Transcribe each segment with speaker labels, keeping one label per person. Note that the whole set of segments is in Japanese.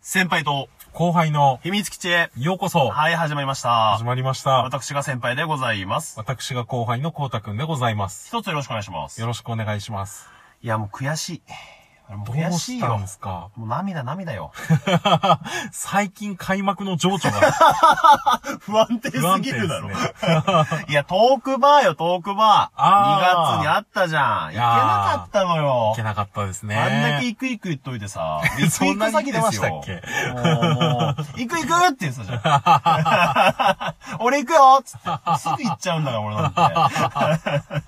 Speaker 1: 先輩と
Speaker 2: 後輩の
Speaker 1: 秘密基地へ。
Speaker 2: ようこそ、
Speaker 1: はい、始まりました
Speaker 2: 始。まりました。
Speaker 1: 私が先輩でございます。
Speaker 2: 私が後輩のこうたくんでございます。
Speaker 1: 一つよろしくお願いします。
Speaker 2: よろしくお願いします。
Speaker 1: いや、もう悔しい。あれもう
Speaker 2: どう
Speaker 1: 悔しい
Speaker 2: した
Speaker 1: よ
Speaker 2: んで。すか
Speaker 1: もう涙涙よ。
Speaker 2: 最近開幕の情 緒が
Speaker 1: 不安定
Speaker 2: 不安定ですね。
Speaker 1: いや、トークバーよ、トークバー。
Speaker 2: あ
Speaker 1: 2月
Speaker 2: ー
Speaker 1: にあったじゃん。行け
Speaker 2: い
Speaker 1: な
Speaker 2: やー
Speaker 1: かったのよ
Speaker 2: いけ。なかったですね。
Speaker 1: あんだけ行く行く言っといてさ、 行く
Speaker 2: そ
Speaker 1: 行
Speaker 2: ん
Speaker 1: く
Speaker 2: なに
Speaker 1: 詐欺ですよ。
Speaker 2: 言ってま
Speaker 1: もう、もう、行く行くって言ってたじゃん。俺行くよっつって。すぐ行っちゃうんだから、俺なんて。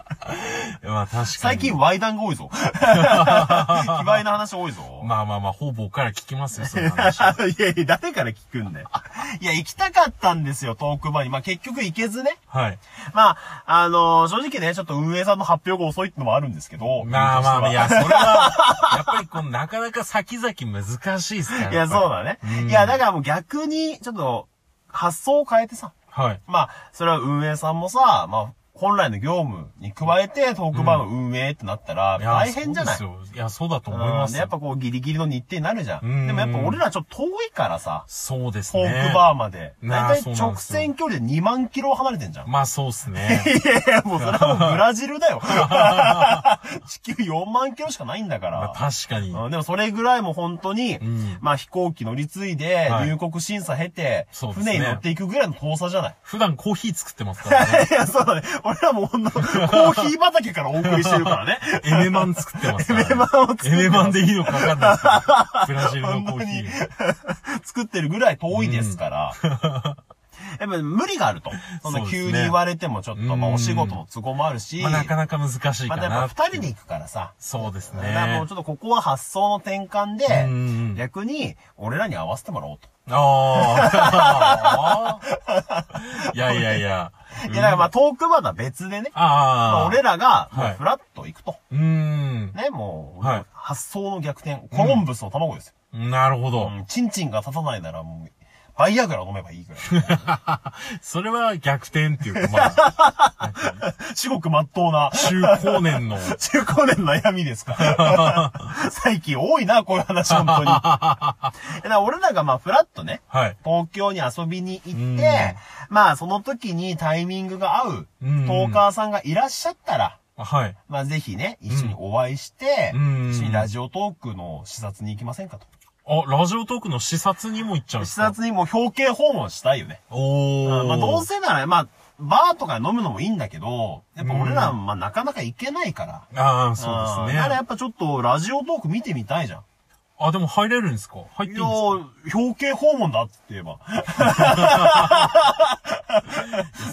Speaker 2: まあ確かに。
Speaker 1: 最近、ワイダンが多い ぞ。卑猥な話多いぞ。
Speaker 2: まあまあまあ、ほぼから聞きますよ、そ の話。
Speaker 1: いやいや、誰から聞くんだよ。 いや、行きたかったんですよ、トークバーに。まあ、結局行けずね。
Speaker 2: はい。
Speaker 1: まあ、あのー正直ね、ちょっと運営さんの発表が遅いってのもあるんですけど。
Speaker 2: まあまあまあ、い
Speaker 1: い
Speaker 2: や、
Speaker 1: や。
Speaker 2: それは、やっぱりこう、なかなか先々難しいですから
Speaker 1: いや、そう
Speaker 2: だ。
Speaker 1: だね
Speaker 2: う。ん
Speaker 1: いや、だからもう逆に、ちょっと、発想を変えてさ。
Speaker 2: はい。
Speaker 1: まあ、それは運営さんもさ、まあ、本来の業務に加えて、トークバーの運営ってなったら、
Speaker 2: いや
Speaker 1: 大変じゃない
Speaker 2: そうですよ。いや、そうだと思い
Speaker 1: うん
Speaker 2: ま
Speaker 1: ですやっ
Speaker 2: よ。
Speaker 1: ぱこうギリギリの日程になるじゃ。
Speaker 2: うんん
Speaker 1: でもやっぱ俺らちょっと遠いからさ、
Speaker 2: そうです
Speaker 1: フォ
Speaker 2: ね。
Speaker 1: ークバーまで。
Speaker 2: なあ
Speaker 1: だいた
Speaker 2: そ
Speaker 1: いう
Speaker 2: なん
Speaker 1: 直
Speaker 2: ですよ
Speaker 1: 線距離で2万キロ離れてん じゃん。
Speaker 2: まあそうですね。
Speaker 1: いやいや、もうそれはもうブラジル だよ。地球4万キロしかないんだか
Speaker 2: まあ
Speaker 1: ら。
Speaker 2: 確かに。
Speaker 1: うんでもそれぐらいもう本当に、
Speaker 2: ん
Speaker 1: まあ飛行機乗り継いで、
Speaker 2: はい
Speaker 1: 入国審査経て、
Speaker 2: そうですね
Speaker 1: 船に乗っていくぐらいの遠さじゃない。
Speaker 2: 普段コーヒー作ってますか らね。
Speaker 1: いや、そうだね。俺らもうほんと、コーヒー畑からお送りしてるから ね。
Speaker 2: エメマン作ってますから、ね。
Speaker 1: エメマンを作ってます
Speaker 2: エメマンでいいのかわかんないですけど。ブラジルのコーヒー。
Speaker 1: 作ってるぐらい遠いですから。やっぱ無理があると。そんな
Speaker 2: そうです
Speaker 1: 急
Speaker 2: ね
Speaker 1: に言われてもちょっと、まあ
Speaker 2: うん
Speaker 1: お仕事の都合もあるし、
Speaker 2: まあ、
Speaker 1: ま
Speaker 2: なかなか難しいかな。
Speaker 1: たやっぱ二人で行くからさ。
Speaker 2: そうですね
Speaker 1: だからもう。ちょっとここは発想の転換
Speaker 2: んう
Speaker 1: で、
Speaker 2: ん
Speaker 1: 逆に俺らに合わせてもらおうと。
Speaker 2: ああ。 いやいやいや。
Speaker 1: いや、だからまあトークバーは別でね。ま
Speaker 2: あ
Speaker 1: あ
Speaker 2: あ。
Speaker 1: 俺らが、もう
Speaker 2: はい
Speaker 1: フラッと行くと。
Speaker 2: うーん。
Speaker 1: ね、もう
Speaker 2: はい、
Speaker 1: 発想の逆転。コロンブスの卵ですよ。
Speaker 2: なるほど。
Speaker 1: うん、チンチンが立たないならもう、バイアグラ飲めばいいぐら い。
Speaker 2: それは逆転っていうか、まあ、
Speaker 1: 至極真っ当な。
Speaker 2: 中高年 の。
Speaker 1: 中高年の悩みですか 最近多いな、こういう話、本当に。だ から俺らがまあ、フラッとね、
Speaker 2: はい。
Speaker 1: 東京に遊びに行っ
Speaker 2: うん
Speaker 1: て、まあ、その時にタイミングが合う、ト
Speaker 2: うん
Speaker 1: ーカーさんがいらっしゃったら、
Speaker 2: はい。
Speaker 1: まあ、ぜひね、一緒にお会いして、
Speaker 2: うん
Speaker 1: 一緒にラジオトークの視察に行きませんかと。
Speaker 2: あ、ラジオトークの視察にも行っちゃうんで
Speaker 1: 視
Speaker 2: すか
Speaker 1: 察にもう表敬訪問したいよね。
Speaker 2: おー。
Speaker 1: まあ、どうせなら、まあ、バーとか飲むのもいいんだけど、やっぱ俺ら、まあ、なかなか行けないから。
Speaker 2: ああ、そうで
Speaker 1: ん
Speaker 2: す
Speaker 1: なら
Speaker 2: ね
Speaker 1: や。っぱちょっと、ラジオトーク見てみたいじゃん。
Speaker 2: あ、でも入れるんですか入っ
Speaker 1: い
Speaker 2: ていい
Speaker 1: や
Speaker 2: んですか
Speaker 1: ー、表敬訪問だって言え ば。い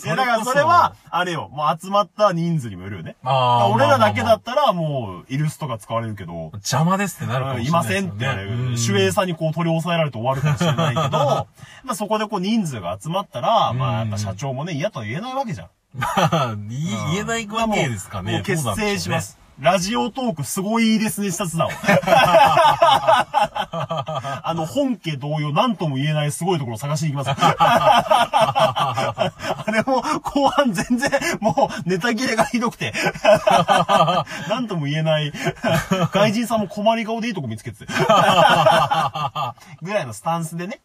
Speaker 1: や、だからそれは、あれよ、もう集まった人数にもよるよね。
Speaker 2: あー
Speaker 1: 俺らだけだ
Speaker 2: まあまあまあ
Speaker 1: ったら、もう、イルスとか使われるけど、
Speaker 2: 邪魔ですってなるかも
Speaker 1: うん
Speaker 2: し
Speaker 1: い
Speaker 2: れな
Speaker 1: ま
Speaker 2: いです
Speaker 1: せ
Speaker 2: よね。
Speaker 1: んってあれ
Speaker 2: う、ん
Speaker 1: 守衛さんにこう取り押さえられて終わるかもしれないけど、まあそこでこう人数が集まったら、まあやっぱ社長もね、嫌とは言えないわけじゃん。
Speaker 2: まあ、い 言えない
Speaker 1: まあ
Speaker 2: わ
Speaker 1: もう
Speaker 2: けですかね。
Speaker 1: もう結
Speaker 2: どうなんでょう
Speaker 1: 成
Speaker 2: ね
Speaker 1: しま。す。ラジオトークすごいです ね、視察団を。あの、本家同様、なんとも言えないすごいところを探しに 行きます。あれも、後半全然、もう、ネタ切れがひどく て。なんとも言えない。外人さんも困り顔でいいとこ見つけ てて。ぐらいのスタンスでね、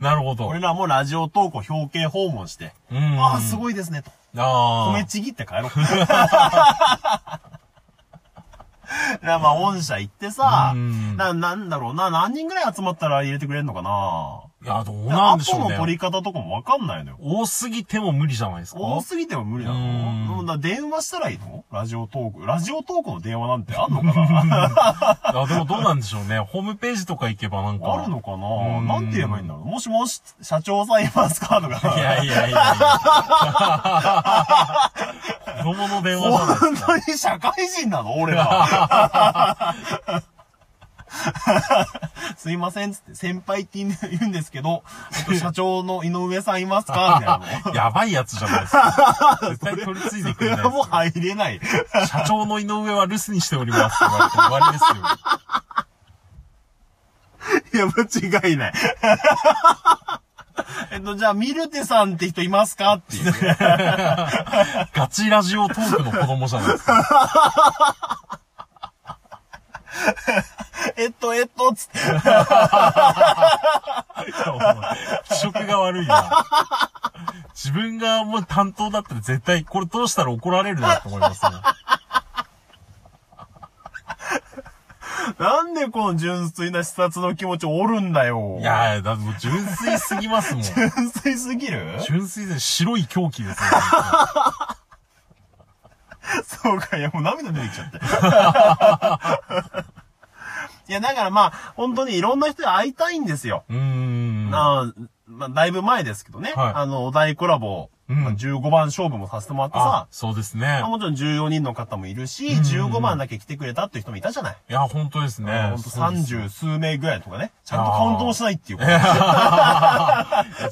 Speaker 2: なるほど。
Speaker 1: 俺らもラジオトークを表敬訪問して、
Speaker 2: うん。
Speaker 1: ああ、す
Speaker 2: い。
Speaker 1: ごいですね、と。
Speaker 2: あ
Speaker 1: 米
Speaker 2: あ。
Speaker 1: ちぎって帰ろう。 なまあ、御社行ってさ
Speaker 2: う、ん
Speaker 1: な、なんだろうな、何人ぐらい集まったら入れてくれるのかない
Speaker 2: や、どう
Speaker 1: で
Speaker 2: なんでしょ
Speaker 1: ア
Speaker 2: う
Speaker 1: ポの取
Speaker 2: ね。
Speaker 1: り方とかもわかんないのよ。
Speaker 2: 多すぎても無理じゃないですか。
Speaker 1: 多すぎても無理な
Speaker 2: うん
Speaker 1: の。うんだ電話したらいいのラジオトーク。ラジオトークの電話なんてあんのかな
Speaker 2: あ、でもどうなんでしょうね。ホームページとか行けばなんか。
Speaker 1: あるのか
Speaker 2: うん
Speaker 1: ななんて言えばいいんだろうもしもし、社長さんいますかと
Speaker 2: い
Speaker 1: か。
Speaker 2: やいやいやいや。子供の電話じゃな
Speaker 1: 本
Speaker 2: いです
Speaker 1: 当
Speaker 2: か。
Speaker 1: に社会人なの俺ら。すいません、つって、先輩って言う言うんですけど、えっと社長の井上さんいますかみたいなの。
Speaker 2: やばいやつじゃないですか。絶対取り付いて
Speaker 1: そ
Speaker 2: くれ
Speaker 1: れは
Speaker 2: ないですよ
Speaker 1: もう入れ ない。
Speaker 2: 社長の井上は留守にしておりますって言われて終わりです
Speaker 1: い
Speaker 2: よ。
Speaker 1: や、間違いない。えっと、じゃあ、ミルテさんって人いますかっていう。
Speaker 2: ガチラジオトークの子供じゃないですか。
Speaker 1: えっと、えっと、つって。
Speaker 2: 悪いな。自分がもう担当だったら絶対、これどうしたら怒られるなと思いますね。
Speaker 1: なんでこの純粋な視察の気持ちおるんだよ。
Speaker 2: い、やー、だってもう純粋すぎますもん。
Speaker 1: 純粋すぎる
Speaker 2: 純粋で白い狂気ですね。
Speaker 1: そうか、いや、もう涙出てきちゃって。 いや、だからまあ、本当にいろんな人に会いたいんですよ。
Speaker 2: うーん。
Speaker 1: あーまあ、だいぶ前ですけどね。
Speaker 2: はい
Speaker 1: あの、お題コラボ、
Speaker 2: うん
Speaker 1: まあ15番勝負もさせてもらって
Speaker 2: あ
Speaker 1: さ、
Speaker 2: そうですね
Speaker 1: まあ。もちろん14人の方もいるし、15番だけ来てくれたっていう人もいたじゃない。
Speaker 2: いや、本当ですね。
Speaker 1: ほんと
Speaker 2: そうです
Speaker 1: 30数名ぐらいとかね。ちゃんとカウントもしないっていうこと。
Speaker 2: いや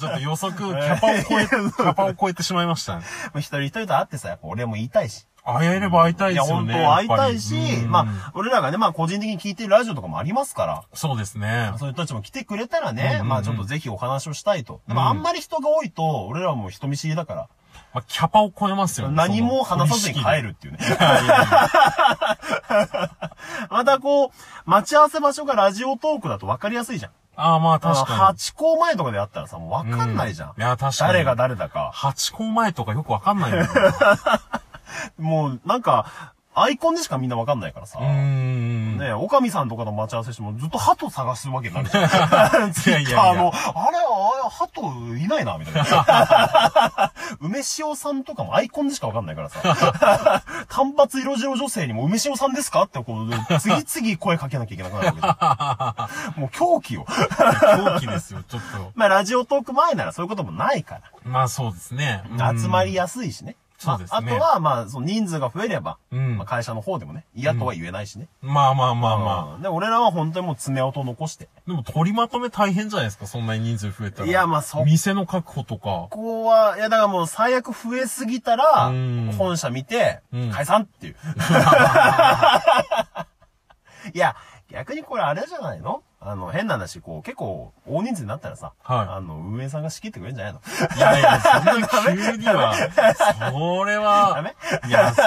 Speaker 2: ちょっと予測、キャパを 超え、キャパを超えてしまいましたね。
Speaker 1: まあ一人一人と会ってさ、やっぱ俺も言いたいし。
Speaker 2: 会えれば会いたい
Speaker 1: い
Speaker 2: で
Speaker 1: や、
Speaker 2: すよ
Speaker 1: 本当
Speaker 2: ね。
Speaker 1: 会い
Speaker 2: やっぱ
Speaker 1: た
Speaker 2: り
Speaker 1: いし
Speaker 2: う、ん
Speaker 1: まあ、俺らがね、まあ個人的に聞いてるラジオとかもありますから、
Speaker 2: そうですね。
Speaker 1: そういう人たちも来てくれたらね、まあちょっとぜひお話をしたいと。でもあんまり人が多いと、俺らも人見知りだか
Speaker 2: まあ、キャパを超えますよ
Speaker 1: ら、
Speaker 2: ね。
Speaker 1: 何も話さずに帰
Speaker 2: る。
Speaker 1: るっていうね。
Speaker 2: いやいやいや
Speaker 1: またこう、待ち合わせ場所がラジオトークだと分かりやすいじゃん。
Speaker 2: ああ、まあ確かに。
Speaker 1: 8校前とかであったらさ、もう分かんないじゃん。
Speaker 2: うんいや確かに
Speaker 1: 誰が誰だか。
Speaker 2: 八個前とかよくわかんな いよね。
Speaker 1: もう、なんか、アイコンでしかみんな分かんないからさ。
Speaker 2: うーん。
Speaker 1: ねえ、おかみさんとかの待ち合わせしてもずっと鳩探すわけになるじゃん。
Speaker 2: いやいやいや
Speaker 1: あの、あれ、あれ、鳩いないな、みたいな。 梅塩さんとかもアイコンでしかわかんないからさ。 単発色白女性にも梅塩さんですかってこう、次々声かけなきゃいけなくなるわけじゃん。もう狂気よ。
Speaker 2: 狂気ですよ、ちょっ
Speaker 1: まあ、ラジオトーク前ならそういうこともないか
Speaker 2: と。まあそうですね。
Speaker 1: ら。集ま
Speaker 2: り。
Speaker 1: りやすいしね。
Speaker 2: そうですね
Speaker 1: まあ、あとは、まあ、その人数が増えれば、
Speaker 2: うん
Speaker 1: まあ会社の方でもね、嫌とは言えないしね。
Speaker 2: まあまあまあま
Speaker 1: うんで、俺らは本当にもう爪痕残して。
Speaker 2: あ。でも取りまとめ大変じゃないですか、そんなに人数増えたら。
Speaker 1: いやまあそ
Speaker 2: 店の確保とか。
Speaker 1: ここは、いやだからもう最悪増えすぎたら
Speaker 2: うん、
Speaker 1: 本社見て
Speaker 2: うん、
Speaker 1: 解散 っていう。いや、逆にこれあれじゃないのあの、変な話、こう、結構、大人数になったらさ、
Speaker 2: はい
Speaker 1: あの、運営さんが仕切ってくれるんじゃないの
Speaker 2: いやいや、そんな急には、それ
Speaker 1: ダ
Speaker 2: は
Speaker 1: メ、
Speaker 2: いや、そ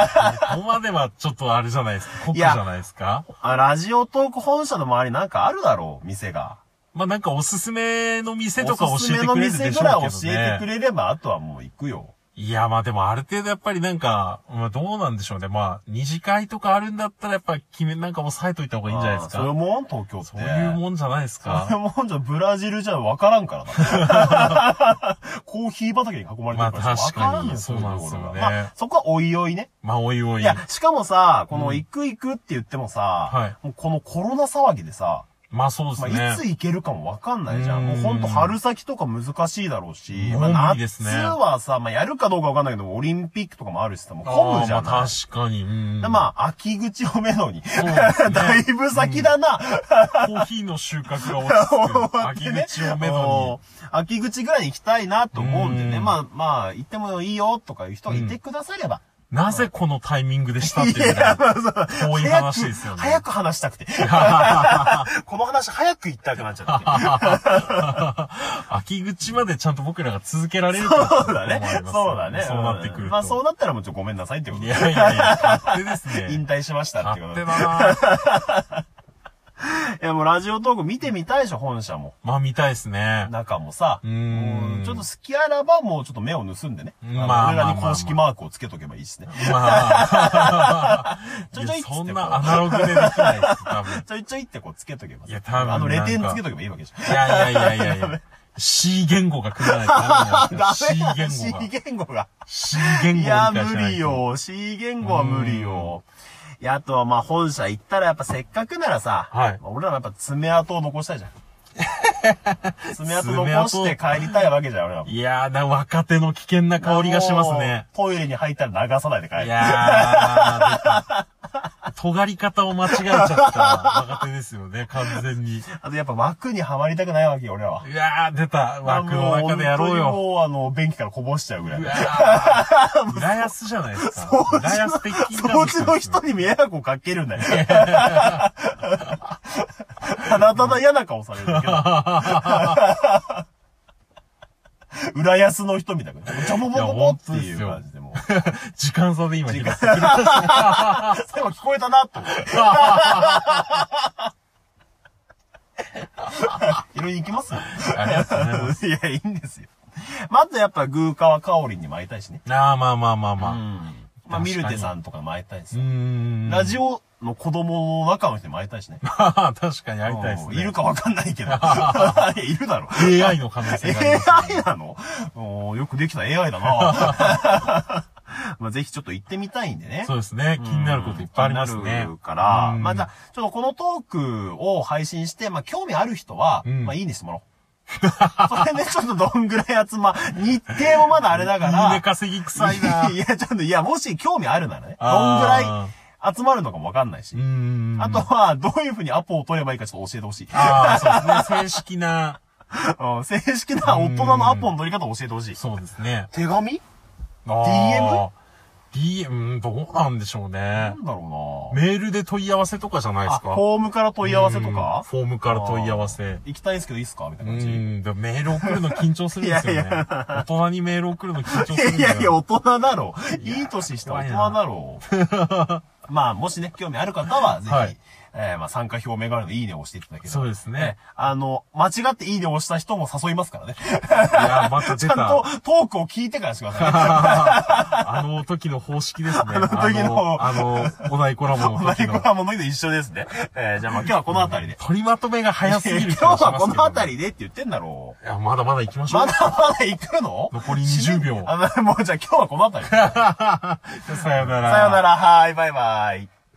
Speaker 2: こまではちょっとあれじゃないですか、酷
Speaker 1: い
Speaker 2: じ
Speaker 1: や
Speaker 2: ゃないですか。
Speaker 1: あ、ラジオトーク本社の周りなんかあるだろう、店が。
Speaker 2: まあなんかおすすめの店とか
Speaker 1: お
Speaker 2: 教
Speaker 1: すす
Speaker 2: え
Speaker 1: め
Speaker 2: てく
Speaker 1: の
Speaker 2: れるでし
Speaker 1: 店
Speaker 2: ょう
Speaker 1: ぐらい
Speaker 2: け
Speaker 1: 教
Speaker 2: ど
Speaker 1: えてく
Speaker 2: ね。
Speaker 1: れれば、あとはもう行くよ。
Speaker 2: いや、まあでもある程度やっぱりなんか、まあどうなんでしょうね。まあ、二次会とかあるんだったらやっぱ決めなんか抑えといた方がいいんじゃないです
Speaker 1: あーそれ
Speaker 2: か。
Speaker 1: もん東京って。
Speaker 2: そういうもんじゃないです
Speaker 1: これ
Speaker 2: か。
Speaker 1: もじゃブラジルじゃ分からんからな。 コーヒー畑に囲まれてるから
Speaker 2: まあ
Speaker 1: 分からんの
Speaker 2: 確かに
Speaker 1: そういうところが
Speaker 2: そうなんですよね
Speaker 1: まあ、そこはおいおいね。
Speaker 2: まあおいおい。
Speaker 1: いや、しかもさ、こ
Speaker 2: う
Speaker 1: の
Speaker 2: ん
Speaker 1: 行く行くって言ってもさ、
Speaker 2: はい
Speaker 1: もうこのコロナ騒ぎでさ、
Speaker 2: まあそうです
Speaker 1: ま
Speaker 2: ね。
Speaker 1: あ、いつ行けるかも分かんないじゃ
Speaker 2: うん
Speaker 1: ん。もうほんと春先とか難しいだろうし、
Speaker 2: もう
Speaker 1: ま
Speaker 2: 無
Speaker 1: あ
Speaker 2: 理です
Speaker 1: 夏
Speaker 2: ね
Speaker 1: はさ、まあやるかどうか分かんないけど、オリンピックとかもあるしさ、もう
Speaker 2: あー
Speaker 1: 混むじゃん。
Speaker 2: まあ確かに。うん。
Speaker 1: でまあ、秋口をめどに。
Speaker 2: そうですね
Speaker 1: だいぶ先だな。
Speaker 2: コーヒーの収穫が 落ち着く。秋口をめど
Speaker 1: に。秋口ぐらいに行きたいなと思うんで
Speaker 2: う
Speaker 1: ね。
Speaker 2: ん
Speaker 1: まあまあ、行ってもいいよとかいう人がいてくだされば。
Speaker 2: に。なぜこのタイミングでしたっていうの
Speaker 1: や、
Speaker 2: が
Speaker 1: まあそう。
Speaker 2: 遠い
Speaker 1: 早
Speaker 2: 話
Speaker 1: く
Speaker 2: ですよ、ね。
Speaker 1: 早く話したくて。この話早く行ったくなっちゃって。
Speaker 2: 秋口までちゃんと僕らが続けられるか
Speaker 1: そうだね。そうだね。
Speaker 2: そうなって
Speaker 1: う
Speaker 2: くると。
Speaker 1: んまあそうなったらもうちょっとごめんなさいってこと
Speaker 2: い
Speaker 1: で。
Speaker 2: やいやいや、勝手です ね。
Speaker 1: 引退しましたってこ
Speaker 2: 勝
Speaker 1: と
Speaker 2: 手
Speaker 1: で。
Speaker 2: だなぁ
Speaker 1: いやもうラジオトーク見てみたいでしょ、本社も。
Speaker 2: まあ見たいですね。
Speaker 1: 中もさ。
Speaker 2: うーん
Speaker 1: ちょっと隙あらばもうちょっと目を盗んでね。あ
Speaker 2: まあまあ
Speaker 1: の俺らに公式マークをつけとけばいいしね。
Speaker 2: まあ、
Speaker 1: ちょいちょい
Speaker 2: い
Speaker 1: っつっ
Speaker 2: や
Speaker 1: て
Speaker 2: そん
Speaker 1: こう
Speaker 2: なアナログでできないです、多分。
Speaker 1: ちょいちょいってこうつけとけばさ
Speaker 2: いや多分
Speaker 1: あの、レテン
Speaker 2: なんか
Speaker 1: つけとけばいいわけじゃん。
Speaker 2: いやいやいやいやいや。C 言語が来ないか らダメなんですよ
Speaker 1: ダメだ、
Speaker 2: C 言語
Speaker 1: C
Speaker 2: が。
Speaker 1: 言語が。
Speaker 2: C 言
Speaker 1: い
Speaker 2: 語を理解
Speaker 1: や、
Speaker 2: しないと
Speaker 1: 無理。よ。C 言語は無理よ。いや、あとはまあ本社行ったらやっぱせっかくならさ、
Speaker 2: はい
Speaker 1: まあ俺らもやっぱ爪痕を残したいじゃ ん。爪痕
Speaker 2: 爪痕
Speaker 1: 残して帰りたいわけじゃん、俺らも。
Speaker 2: いやーな、若手の危険な香りがしますね。
Speaker 1: もう。トイレに入ったら流さないで帰
Speaker 2: い
Speaker 1: る。
Speaker 2: やー、尖り方を間違えちゃった若手ですよね、完全に。
Speaker 1: あとやっぱ枠にはまりたくないわけよ、俺らは。
Speaker 2: いやー、出た。枠の中でやろう
Speaker 1: もう
Speaker 2: よ。
Speaker 1: 本当にもうあの、便器からこぼしちゃうぐらい。
Speaker 2: 浦安じゃないですか。浦安的
Speaker 1: そのうちの人に迷惑をかけるんだ よ。ただただ嫌な顔されるだけだ。裏安の人みたいな。ジャボボボボっていう感じでもう。
Speaker 2: 時間差で今拾ってくる。
Speaker 1: 最後聞こえたなと思って。いろいろ行きますよ。
Speaker 2: ありがとうございます。
Speaker 1: いや、いいんですよ。まずやっぱ、グーカワカオリンにも会いたいしね。
Speaker 2: ああ、まあまあまあまあ。
Speaker 1: まあ、ミルテさんとかにも会いたいし
Speaker 2: う
Speaker 1: さ。
Speaker 2: ーん。
Speaker 1: ラジオの子供の中の人にも会いたいしね。
Speaker 2: まあ、確かに会いたいですね。
Speaker 1: うんいるかわかんないけど。 いるだろ。
Speaker 2: AI の可能性があります。
Speaker 1: AI なのおーよくできた AI だな まあぜひちょっと行ってみたいんでね。
Speaker 2: そうですね。気になることいっぱいありますね。
Speaker 1: 気になるから、
Speaker 2: うん
Speaker 1: まあじゃあ、ちょっとこのトークを配信して、まあ興味ある人は、
Speaker 2: うん
Speaker 1: まあいいねしてもらおう。 それね、ちょっとどんぐらい集ま、日程もまだあれだから。
Speaker 2: いいね稼ぎ臭いな。
Speaker 1: いや、ちょっと、いや、もし興味あるならね、どんぐ
Speaker 2: あ
Speaker 1: らい集まるのかもわかんないし
Speaker 2: うー。ん。
Speaker 1: あとは、どういう風にアポを取ればいいかちょっと教えてほしい。
Speaker 2: ああ、そうですね。正式な、
Speaker 1: うん正式な大人のアポの取り方を教えてほしい。
Speaker 2: そうです ね。
Speaker 1: 手紙
Speaker 2: DM?DM、うんどうなんでしょうね
Speaker 1: な。んだろうな
Speaker 2: メールで問い合わせとかじゃないで
Speaker 1: あ、
Speaker 2: す
Speaker 1: フ
Speaker 2: か。
Speaker 1: ォームから問い合わせと
Speaker 2: うん
Speaker 1: か
Speaker 2: フォームから問い合わせ。
Speaker 1: 行きたいんですけどいいっすかみたいうな感じ。い
Speaker 2: ん。でもメール送るの緊張するんですよね。
Speaker 1: いやいや
Speaker 2: 大人にメール送るの緊張するんだ
Speaker 1: や
Speaker 2: よ
Speaker 1: いやいや、大人だろ。いい年した
Speaker 2: 怖
Speaker 1: 大
Speaker 2: い
Speaker 1: 人
Speaker 2: な
Speaker 1: だろ。 まあ、もしね、興味ある方は、ぜひ、
Speaker 2: はい
Speaker 1: えーまあ、参加表明があるので、いいねを押していただければ。
Speaker 2: そうですね。
Speaker 1: えあの、間違っていいねを押した人も誘いますからね。
Speaker 2: い や、また
Speaker 1: ち
Speaker 2: 出
Speaker 1: ゃん
Speaker 2: た。
Speaker 1: とトークを聞いてからしてくださいね。
Speaker 2: あの時の方式ですね。あ
Speaker 1: の時の
Speaker 2: あの、お題コラボの
Speaker 1: マ
Speaker 2: 時
Speaker 1: イコ
Speaker 2: の。
Speaker 1: ラものと一緒ですね。えーじゃあまあ今日はこのあたりで。
Speaker 2: 取りまとめが早すぎる
Speaker 1: 今日はこのあ
Speaker 2: 辺
Speaker 1: たりでって言ってんだろう。
Speaker 2: いや、まだまだ行きましょう。
Speaker 1: まだまだ行くの
Speaker 2: 残り20秒
Speaker 1: あの、もうじゃあ今日はこのあたりで。さよ
Speaker 2: さよなら。
Speaker 1: なら、はい、バイバイ。